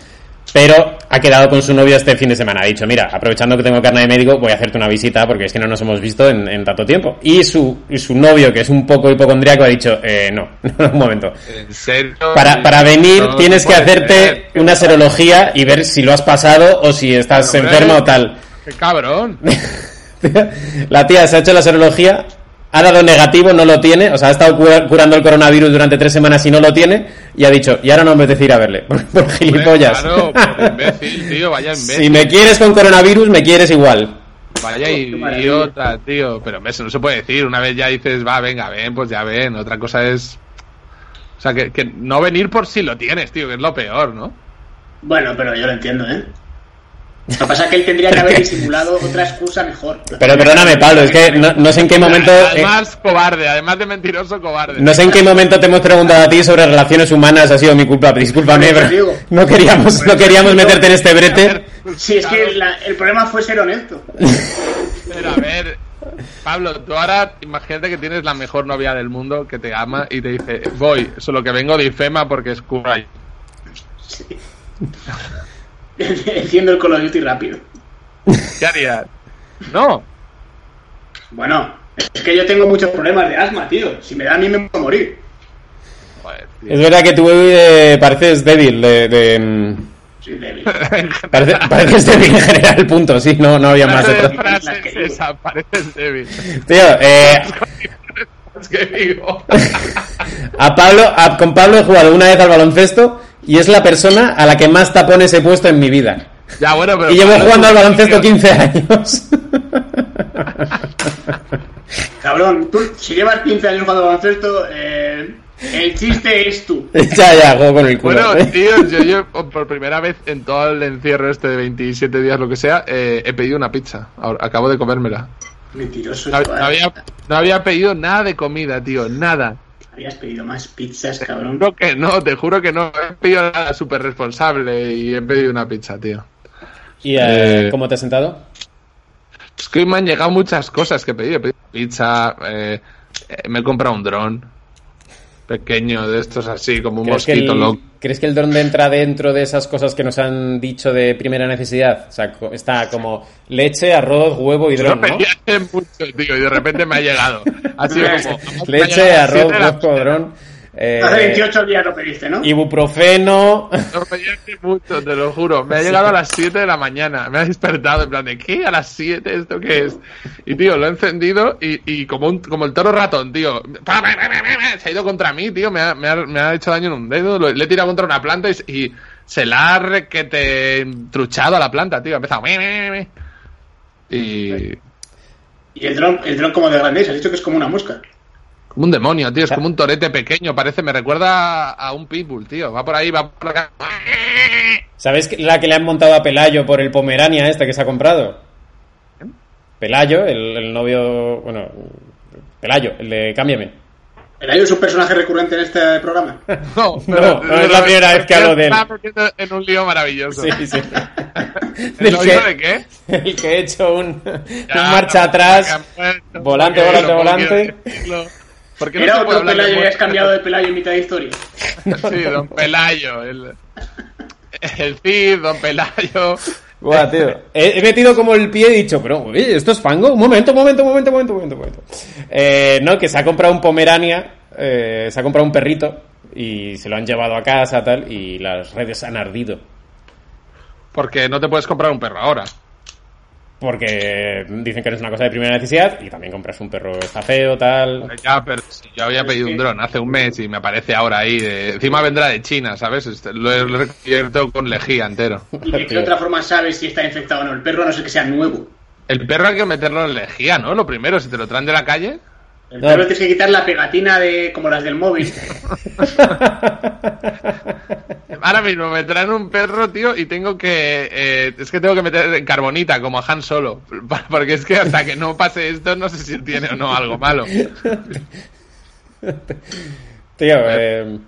pero ha quedado con su novio este fin de semana. Ha dicho, mira, aprovechando que tengo carnet de médico, voy a hacerte una visita porque es que no nos hemos visto en, en tanto tiempo. Y su, y su novio, que es un poco hipocondríaco, ha dicho, eh, no, un momento. en serio. Para, para venir No tienes se que puede hacerte creer. una serología y ver si lo has pasado o si estás Hombre. enferma o tal. ¡Qué cabrón! La tía se ha hecho la serología, ha dado negativo, no lo tiene, o sea, ha estado cura- curando el coronavirus durante tres semanas y no lo tiene, y ha dicho, y ahora no me apetece ir a verle, por, por gilipollas. Claro, por imbécil, tío, vaya si imbécil. me quieres con coronavirus, me quieres igual. Vaya idiota, tío. Pero hombre, eso no se puede decir. Una vez ya dices, va, venga, ven, pues ya ven. Otra cosa es. O sea, que, que no venir por si lo tienes, tío, que es lo peor, ¿no? Bueno, pero yo lo entiendo, ¿eh? Lo que pasa es que él tendría que haber disimulado otra excusa mejor. Pero perdóname, Pablo, es que no, no sé en qué momento... eh, Además, cobarde, además de mentiroso, cobarde. no sé en qué momento te hemos preguntado a ti sobre relaciones humanas, ha sido mi culpa, discúlpame, Por eso pero digo. no queríamos, no queríamos meterte en este brete. Sí, es que la- el problema fue ser honesto. Pero a ver, Pablo, tú ahora imagínate que tienes la mejor novia del mundo que te ama y te dice, voy, solo que vengo de Ifema porque es Kurai. Enciendo el Call of Duty rápido. ¿Qué harías? No, Bueno, es que yo tengo muchos problemas de asma, tío. Si me da a mí me voy a morir. Joder, tío. Es verdad que tú eh, pareces débil, de, de, mm, Soy débil. parece- pareces débil en general, punto, sí, no, no había más. Frase de otro. frase es esa, pareces débil. Tío, eh, Es que digo. A Pablo, a- con Pablo he jugado una vez al baloncesto y es la persona a la que más tapones he puesto en mi vida. Ya, bueno, pero. Y llevo Pablo, jugando al tú- baloncesto 15 años. Cabrón, tú si llevas 15 años jugando al baloncesto, eh, el chiste es tú. ya, ya, juego con el culo. Bueno, ¿eh? tío, yo, yo por primera vez en todo el encierro este de 27 días, lo que sea, eh, he pedido una pizza. Ahora, acabo de comérmela. Mentiroso. No, chaval. no había, no había pedido nada de comida, tío, nada. Habías pedido más pizzas, Eh, cabrón. Juro que no, te juro que no. He pedido nada súper responsable y he pedido una pizza, tío. ¿Y eh, eh, cómo te has sentado? Es que hoy me han llegado muchas cosas que he pedido. He pedido pizza, eh, eh, me he comprado un dron pequeño de estos así, como un ¿Crees que, mosquito el, loco. ¿Crees que el dron entra dentro de esas cosas que nos han dicho de primera necesidad? O sea, co- está como leche, arroz, huevo y Lo dron, ¿no? pedí hace mucho, tío, y de repente me ha llegado. Así como. Leche, arroz, Siete de la huevo, dron. eh, Hace 28 días lo pediste, ¿no? ibuprofeno. Lo pedí hace mucho, te lo juro. Me ha llegado a las 7 de la mañana. Me ha despertado en plan de ¿qué? ¿A las 7 esto qué es? Y tío, lo he encendido y, y como, un, como el toro ratón, tío. pa, pa, pa, pa, pa, Se ha ido contra mí, tío. Me ha, me ha- me ha hecho daño en un dedo. lo- le he tirado contra una planta y, se- y se la ha que te truchado a la planta, tío. Ha empezado. "Me, me, me, me". Y. Y el dron, el dron como de grande es, has dicho que es como una mosca. Como un demonio, tío. Es como un torete pequeño. Parece, me recuerda a, a un pitbull, tío. Va por ahí, va por acá. ¿Sabes que- la que le han montado a Pelayo por el Pomerania este que se ha comprado? Pelayo, el, el novio... Bueno, Pelayo, el de Cámbiame. ¿El ayo es un personaje recurrente en este programa? No, No, no es la primera vez que hablo de él. Está metiendo en un lío maravilloso. Sí, sí. ¿El Del novio que- de qué? El que he hecho un, Ya, un marcha no, atrás. que ha muerto, volante, porque volante, no volante. quiero decirlo. ¿Por qué no Era se puede otro hablar de pelayo y has muerte? cambiado de pelayo en mitad de historia. Sí, don Pelayo. El, el Cid, don Pelayo. Buah, tío. Eh, He, he metido como el pie y he dicho, pero, oye, ¿esto es fango? Un momento, un momento, un momento, un momento, un momento. un momento. Eh, no, que se ha comprado un Pomerania, eh, se ha comprado un perrito y se lo han llevado a casa, tal, y las redes han ardido. Porque no te puedes comprar un perro ahora. Porque dicen que no es una cosa de primera necesidad y también compras un perro está feo, tal. Ya, pero si yo había pedido un dron hace un mes y me aparece ahora ahí. de- encima vendrá de China, ¿sabes? Este- Lo he recubierto con lejía entero. ¿Y de qué Tío. otra forma sabes si está infectado o no? El perro a no sé que sea nuevo. El perro hay que meterlo en lejía, ¿no? Lo primero, si te lo traen de la calle. El No. perro tienes que quitar la pegatina de como las del móvil. Ahora mismo me traen un perro, tío, y tengo que. eh, es que tengo que meter en carbonita, como a Han Solo. pa- Porque es que hasta que no pase esto, no sé si tiene o no algo malo. Tío, eh,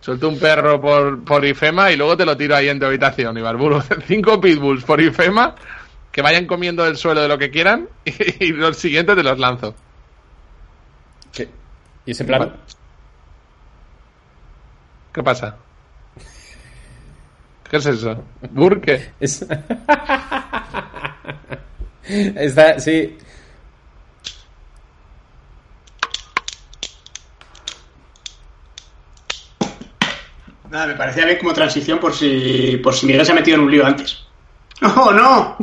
Suelto un perro por, por Ifema y luego te lo tiro ahí en tu habitación, Ibarburu. Cinco pitbulls por Ifema, que vayan comiendo del suelo de lo que quieran, y, y los siguientes te los lanzo. ¿qué? ¿y ese plan? ¿Qué pasa? ¿Qué es eso? ¿Burke? Es- Está, sí. Nada, me parecía bien como transición por si, por si Miguel se ha metido en un lío antes. ¡Oh, no!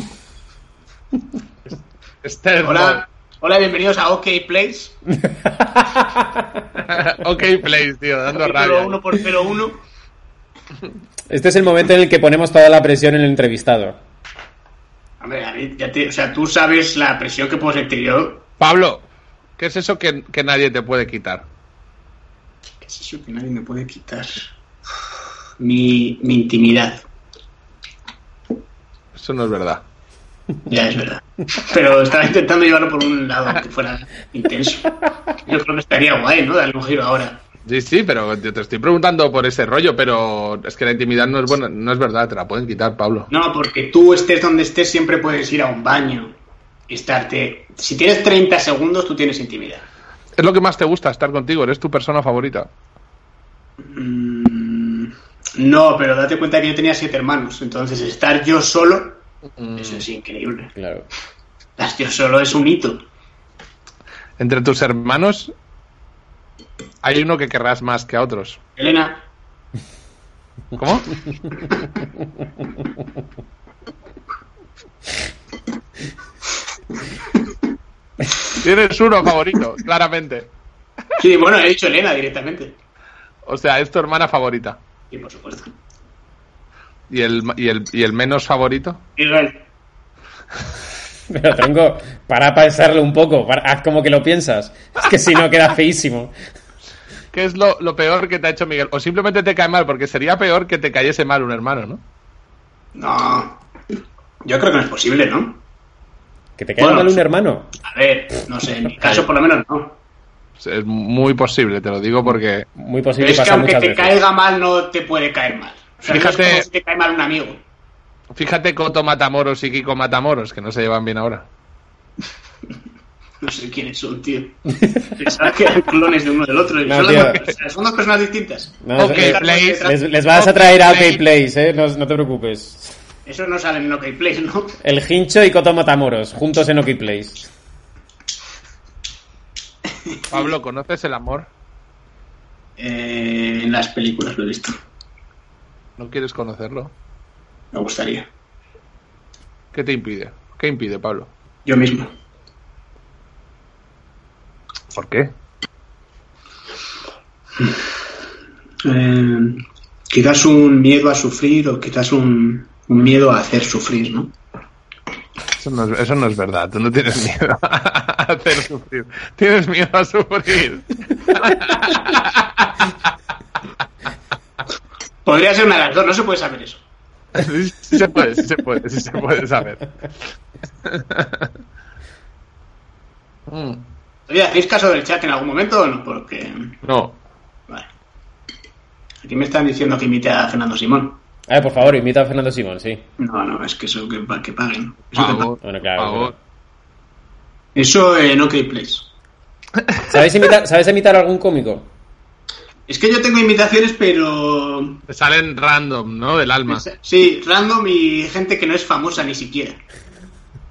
Esther. Hola, hola bienvenidos a OK Place. ok, place, tío, dando rabia. 01 por 01. Este es el momento en el que ponemos toda la presión en el entrevistado. Hombre, David, ya te- o sea, tú sabes la presión que puedo sentir yo. Pablo, ¿qué es eso que, que nadie te puede quitar? ¿Qué es eso que nadie me puede quitar? Mi, mi intimidad. Eso no es verdad. Ya es verdad. Pero estaba intentando llevarlo por un lado que fuera intenso. Yo creo que estaría guay, ¿no? Darle un giro ahora. Sí, sí, pero yo te estoy preguntando por ese rollo, pero es que la intimidad no es buena, no es verdad, te la pueden quitar, Pablo. No, porque tú estés donde estés siempre puedes ir a un baño. estarte. Si tienes 30 segundos, tú tienes intimidad. Es lo que más te gusta estar contigo, eres tu persona favorita. Mm, no, pero date cuenta que yo tenía siete hermanos, entonces estar yo solo, eso es increíble. Claro. Estar yo solo es un hito. Entre tus hermanos hay uno que querrás más que a otros. Elena, ¿Cómo? Tienes uno favorito, claramente. sí, bueno, he dicho Elena directamente. O sea, es tu hermana favorita. Y por supuesto. ¿Y el, y el, y el menos favorito? Israel. Pero tronco, para pensarlo un poco, para- haz como que lo piensas. Es que si no queda feísimo. ¿Qué es lo, lo peor que te ha hecho Miguel? O simplemente te cae mal, porque sería peor que te cayese mal un hermano, ¿no? No. Yo creo que no es posible, ¿no? Que te caiga Bueno, mal un sí. hermano. A ver, no sé, en mi caso por lo menos no. Es muy posible, te lo digo porque... Muy posible Es que pasa aunque muchas te veces. caiga mal, no te puede caer mal. O sea, no es Fíjate- como si te cae mal un amigo. Fíjate Coto Matamoros y Kiko Matamoros, que no se llevan bien ahora. No sé quiénes son, tío. Pensaba que eran clones de uno del otro. No, son, las- tío. o sea, son dos personas distintas. No, Ok, les- Place. les, les vas a Ok, traer a OK Place. Place, eh, no, no te preocupes. Eso no sale en OK Place, ¿no? El Hincho y Coto Matamoros, juntos en OK Place. Pablo, ¿conoces el amor? Eh, en las películas lo he visto. ¿No quieres conocerlo? Me gustaría. ¿Qué te impide? ¿Qué impide, Pablo? Yo mismo. ¿Por qué? Eh, quizás un miedo a sufrir o quizás un, un miedo a hacer sufrir, ¿no? Eso no, es, eso no es verdad. Tú no tienes miedo a hacer sufrir. Tienes miedo a sufrir. Podría ser una de las dos, no se puede saber eso. Sí, sí se puede, sí se puede, sí se puede saber. Mm, Oye, ¿hacéis caso del chat en algún momento o no? Porque. No. Vale. Aquí me están diciendo que imite a Fernando Simón. A ver, por favor, invita a Fernando Simón, sí. No, no, es que eso que, pa- que paguen. Eso, que Favor, Bueno, claro, favor. pa- eso en OK Place. ¿Sabes imitar, ¿sabes imitar algún cómico? Es que yo tengo imitaciones, pero. Te salen random, ¿no? Del alma. Sí, random y gente que no es famosa ni siquiera.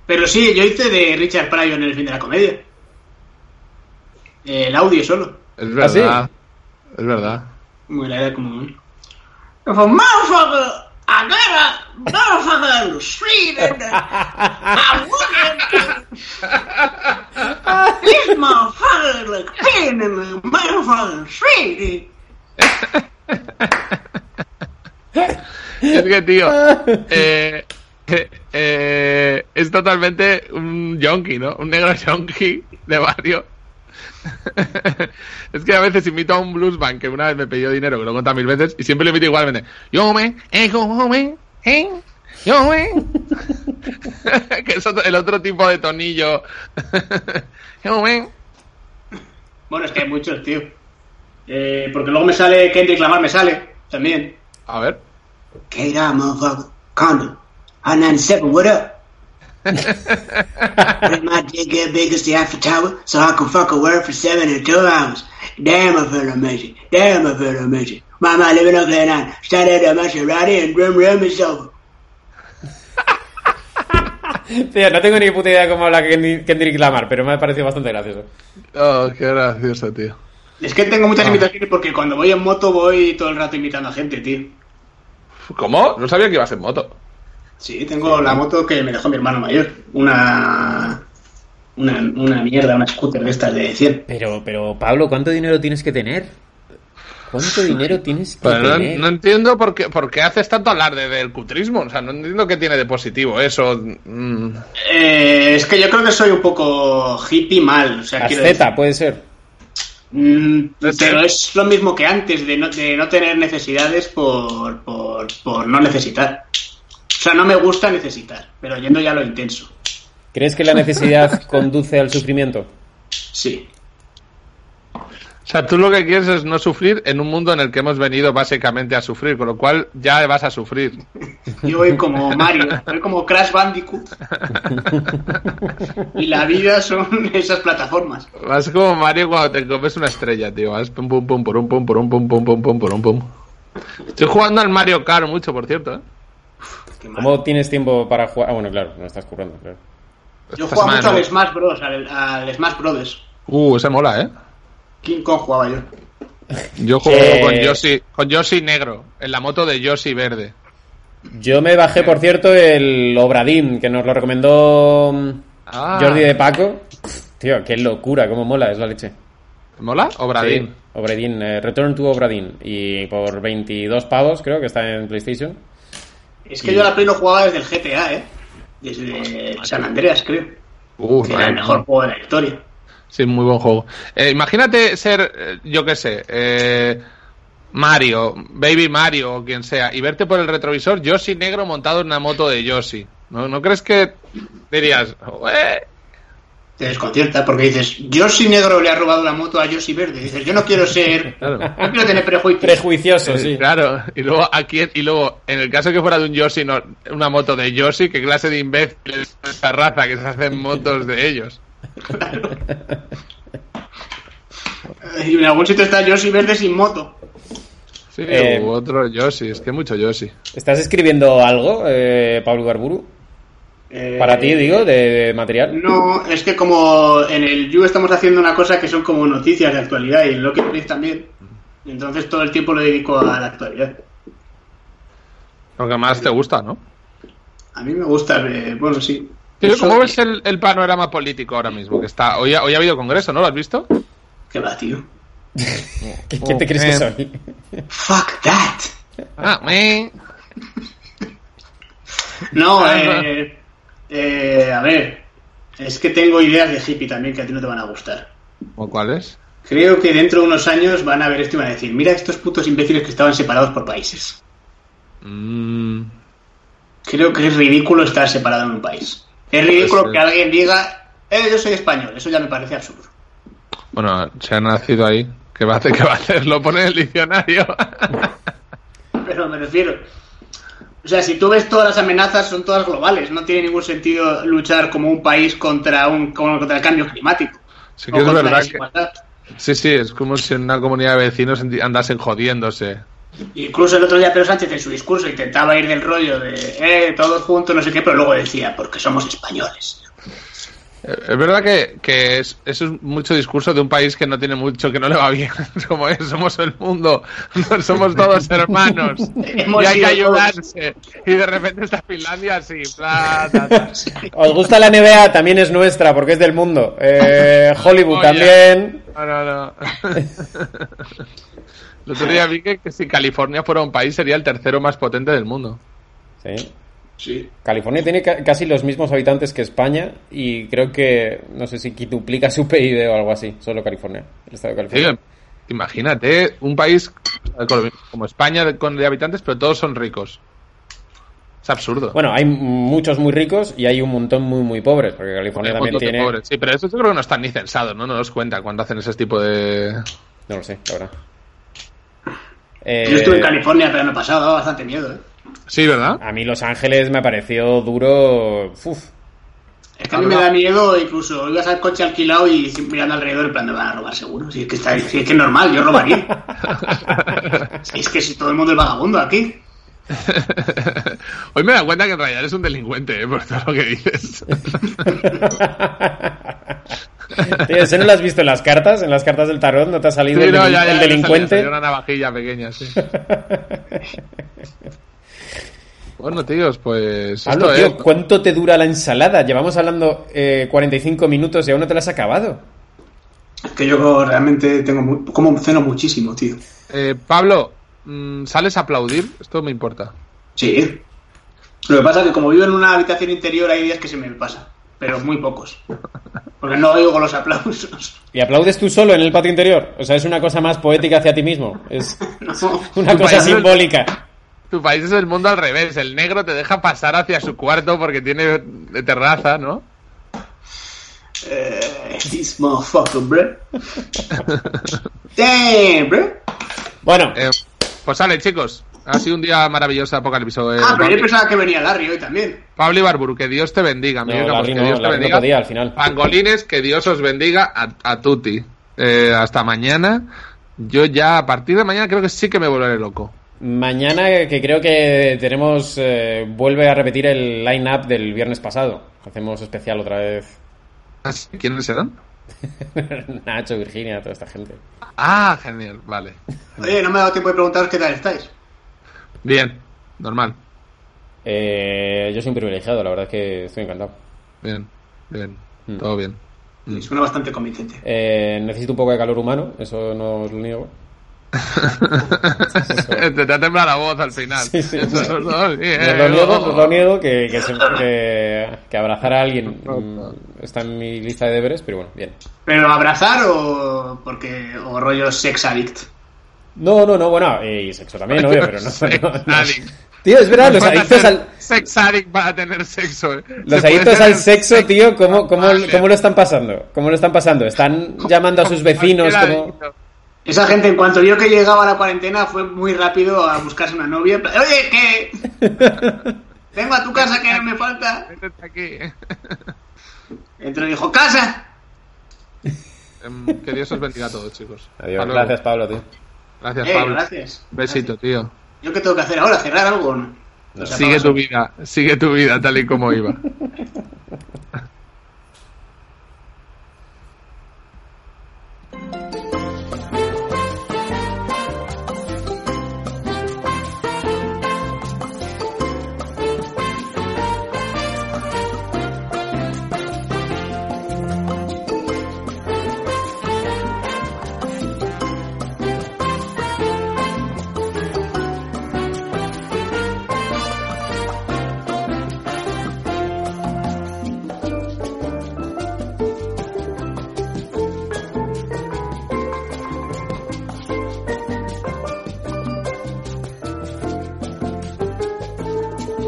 Pero sí, yo hice de Richard Pryor en el fin de la comedia. El audio solo. Es ¿Ah, sí? verdad. Es verdad. Como era era como. Fue, "Motherfucker, I got a motherfucker in the street and, uh, I wouldn't, uh, this motherfucker like being in the motherfucking street. Es que, tío, eh, eh, eh, es totalmente un yonki, ¿no? Un negro yonki de barrio. es que a veces invito a un bluesman que una vez me pidió dinero, que lo he contado mil veces, y siempre le invito igualmente. Yo me, eh, yo me, eh, yo me. que es otro- el otro tipo de tonillo. yo me. Bueno, es que hay muchos, tío. Eh, porque luego me sale Kendrick Lamar, me sale también. A ver. Kate, I'm a fucking condom. I'm 97, what up? Bring my dick get big as the Eiffel Tower so I can fuck a word for seven and two hours. Damn, I feel amazing. Damn, I feel amazing. Mama living up there now. Started a Maserati and rim rim is over. Tío, no tengo ni puta idea cómo habla Kendi- Kendrick Lamar, pero me ha parecido bastante gracioso. Oh, qué gracioso, tío. Es que tengo muchas imitaciones porque cuando voy en moto voy todo el rato imitando a gente, tío. ¿Cómo? No sabía que ibas en moto. Sí, tengo la moto que me dejó mi hermano mayor. Una. Una, una mierda, una scooter de estas de 100. Pero, pero, Pablo, ¿cuánto dinero tienes que tener? ¿Cuánto dinero tienes que Pero no, tener? no entiendo por qué, por qué haces tanto hablar de, del cutrismo. O sea, no entiendo qué tiene de positivo eso. Mm. Eh, es que yo creo que soy un poco hippie mal. O sea, quiero decir, Azeta, puede ser. mm, Puede pero ser. es lo mismo que antes, de no, de no tener necesidades por, por, por no necesitar. O sea, no me gusta necesitar, pero yendo ya a lo intenso. ¿Crees que la necesidad conduce al sufrimiento? Sí. O sea, tú lo que quieres es no sufrir en un mundo en el que hemos venido básicamente a sufrir, con lo cual ya vas a sufrir. Yo voy como Mario, voy como Crash Bandicoot. Y la vida son esas plataformas. Vas como Mario cuando te comes una estrella, tío. Vas pum pum pum por un pum por un pum pum pum pum por un pum. Estoy jugando al Mario Kart mucho, por cierto. ¿eh? Qué mal. ¿Cómo tienes tiempo para jugar? Ah, bueno, claro, no estás currando, claro. Yo Esta jugaba mucho semana- al Smash Bros, al, al Smash Brothers. Uh, ese mola, ¿eh? King Kong jugaba yo. Yo juego Eh. con Yoshi, con Yoshi negro, en la moto de Yoshi verde. Yo me bajé, por cierto, el Obradín, que nos lo recomendó mm, Ah. Jordi de Paco. Tío, qué locura, cómo mola, es la leche. ¿Mola? Obradín. Sí, Obradín, eh, Return to Obradín. Y por 22 pavos, creo que está en PlayStation. Es que yo a la Play no jugaba desde el GTA, ¿eh? Desde San Andreas, creo. Uh, Que era el no. mejor juego de la historia. Sí, muy buen juego. Eh, imagínate ser, eh, yo qué sé, eh, Mario, Baby Mario o quien sea, y verte por el retrovisor Yoshi negro montado en una moto de Yoshi. ¿No, ¿No crees que dirías, "Ué"? Te desconcierta porque dices, Yoshi negro le ha robado la moto a Yoshi verde. Dices, yo no quiero ser. Claro. No quiero tener prejuicios. Prejuicioso, Pues sí. Eh, Claro, y luego aquí, y luego, en el caso que fuera de un Yoshi, no, una moto de Yoshi, ¿qué clase de imbéciles es esa raza que se hacen motos de ellos? y en algún sitio está Yoshi verde sin moto. Sí, Eh, u otro Yoshi, es que mucho Yoshi. ¿Estás escribiendo algo, eh, Pablo Garburu? Eh, Para ti, digo, de, de material. No, es que como en el You estamos haciendo una cosa que son como noticias de actualidad y en Loki Play también. Entonces todo el tiempo lo dedico a la actualidad. Lo que más te gusta, ¿no? A mí me gusta, eh, bueno, sí. Tío, Eso- ¿Cómo ves el, el panorama político ahora mismo? Que está, hoy, ha- hoy ha habido congreso, ¿no? ¿Lo has visto? ¿Qué va, tío? ¿Qué, qué te Oh, crees que eh. soy? Fuck that. Ah, eh. No, Ah, eh, eh, a ver. Es que tengo ideas de hippie también que a ti no te van a gustar. ¿O cuál es? Creo que dentro de unos años van a ver esto y van a decir, mira estos putos imbéciles que estaban separados por países. Mm, Creo que es ridículo estar separado en un país. Es ridículo Pues, que eh. alguien diga, eh, yo soy español. Eso ya me parece absurdo. bueno, se ha nacido ahí. ¿Qué va a hacer? ¿Qué va a hacer? Lo pone en el diccionario. Pero me refiero. O sea, si tú ves todas las amenazas, son todas globales. No tiene ningún sentido luchar como un país contra un contra el cambio climático. Sí O que es contra la verdad que... desigualdad. Sí, sí, es como si en una comunidad de vecinos enti- andasen jodiéndose. Incluso el otro día Pedro Sánchez en su discurso intentaba ir del rollo de eh, todos juntos, no sé qué, pero luego decía, porque somos españoles. Eh, Es verdad que, que es, eso es mucho discurso de un país que no tiene mucho, que no le va bien. Es Como es, somos el mundo, somos todos hermanos Hemos y hay que sido todos. ayudarse. Y de repente está Finlandia así. bla, bla, bla. ¿Os gusta la NBA? También es nuestra, porque es del mundo. Eh, Hollywood Oh, ya. también. No, no, no. El otro día vi que, que si California fuera un país sería el tercero más potente del mundo. Sí. Sí. California tiene ca- casi los mismos habitantes que España y creo que, no sé si quintuplica su PIB o algo así, solo California, el estado de California. Tío, imagínate ¿eh? un país como- como España de- con de habitantes, pero todos son ricos. Es absurdo. Bueno, hay m- muchos muy ricos y hay un montón muy, muy pobres, porque California Hay un también montón de tiene... pobres. Sí, pero eso yo creo que no están ni censados, ¿no? No nos cuenta cuando hacen ese tipo de... No lo sé, la verdad. Yo estuve en Eh, California, pero me pasado, daba bastante miedo. ¿eh? Sí, ¿verdad? a mí Los Ángeles me pareció duro... Uf. Es que a mí me da miedo, incluso ibas al coche alquilado y mirando alrededor, en plan, me van a robar seguro. Si es que, está, si es, que es normal, yo robaría. Si es que si todo el mundo es vagabundo aquí. Hoy me he dado cuenta que en realidad eres un delincuente, ¿eh? Por todo lo que dices. Tío, ¿Ese no lo has visto en las cartas? ¿En las cartas del tarot no te ha salido Sí, el, no, delin- ya, ya, el ya me delincuente? salía, salía una navajilla pequeña, sí. bueno, tíos, pues. Pablo, esto tío, ¿cuánto te dura la ensalada? Llevamos hablando eh, 45 minutos y aún no te la has acabado. Es que yo realmente tengo mu- como ceno muchísimo, tío. es. Eh, Pablo, mm, ¿sales a aplaudir? Esto me importa. Sí. Lo que pasa es que como vivo en una habitación interior hay días que se me pasa, pero muy pocos. Porque no oigo los aplausos. Y aplaudes tú solo en el patio interior. O sea, es una cosa más poética hacia ti mismo. Es No. una Tu cosa país- simbólica. Tu país es el mundo al revés. El negro te deja pasar hacia su cuarto porque tiene terraza, ¿no? Eh, this motherfucker, bro. Damn, bro. Bueno, Eh, pues sale, chicos. Ha sido un día maravilloso de Apocalipsis. Eh, Ah, pero yo Pablo- pensaba que venía Larry hoy también. Pablo Ibarburu, que Dios te bendiga. no, Miguel Campos, Larry que no, Dios te Larry no bendiga. podía al final. Pangolines, que Dios os bendiga a, a tutti. Eh, hasta mañana. Yo ya, a partir de mañana, creo que sí que me volveré loco. Mañana, eh, que creo que tenemos. eh, vuelve a repetir el line-up del viernes pasado. Hacemos especial otra vez. Así, Ah, ¿Quiénes serán? Nacho, Virginia, toda esta gente. Ah, genial, vale. Oye, no me ha dado tiempo de preguntaros qué tal estáis. Bien, normal. Eh, yo soy un privilegiado, la verdad es que estoy encantado. Bien, bien, Mm. todo bien. Mm. Suena bastante convincente. Eh, necesito un poco de calor humano, eso no os lo niego. Te te ha temblado la voz al final. Sí, sí, Eso, sí. eso, sí, No eh, lo niego, oh. no lo niego que, que, se- que- que abrazar a alguien mm, está en mi lista de deberes, pero bueno, bien. ¿Pero abrazar o porque o rollo sex addict? No, no, no, bueno, eh, y sexo también, obvio, pero no. no, no. Sexaddict. Tío, es verdad, los Van a adictos ser al, sexaddict para tener sexo. eh. Se los puede Ah, adictos tener al sexo, tío, ¿cómo, cómo, Vale. ¿cómo lo están pasando? ¿Cómo lo están pasando? ¿Están llamando a sus vecinos? Cualquier Como... adicto. Esa gente, en cuanto vio que llegaba la cuarentena, fue muy rápido a buscarse una novia. en plan, Oye, ¿qué? Vengo a tu casa que me falta. Métete aquí. Entró y dijo, ¡casa! Em, Que Dios os bendiga a todos, chicos. Adiós, Hasta luego. gracias Pablo, tío. Gracias, Eh, Pablo. gracias. Besito, tío. ¿Yo qué tengo que hacer ahora? ¿Cerrar algo o no? No. O sea, Sigue pausa. tu vida, sigue tu vida tal y como iba.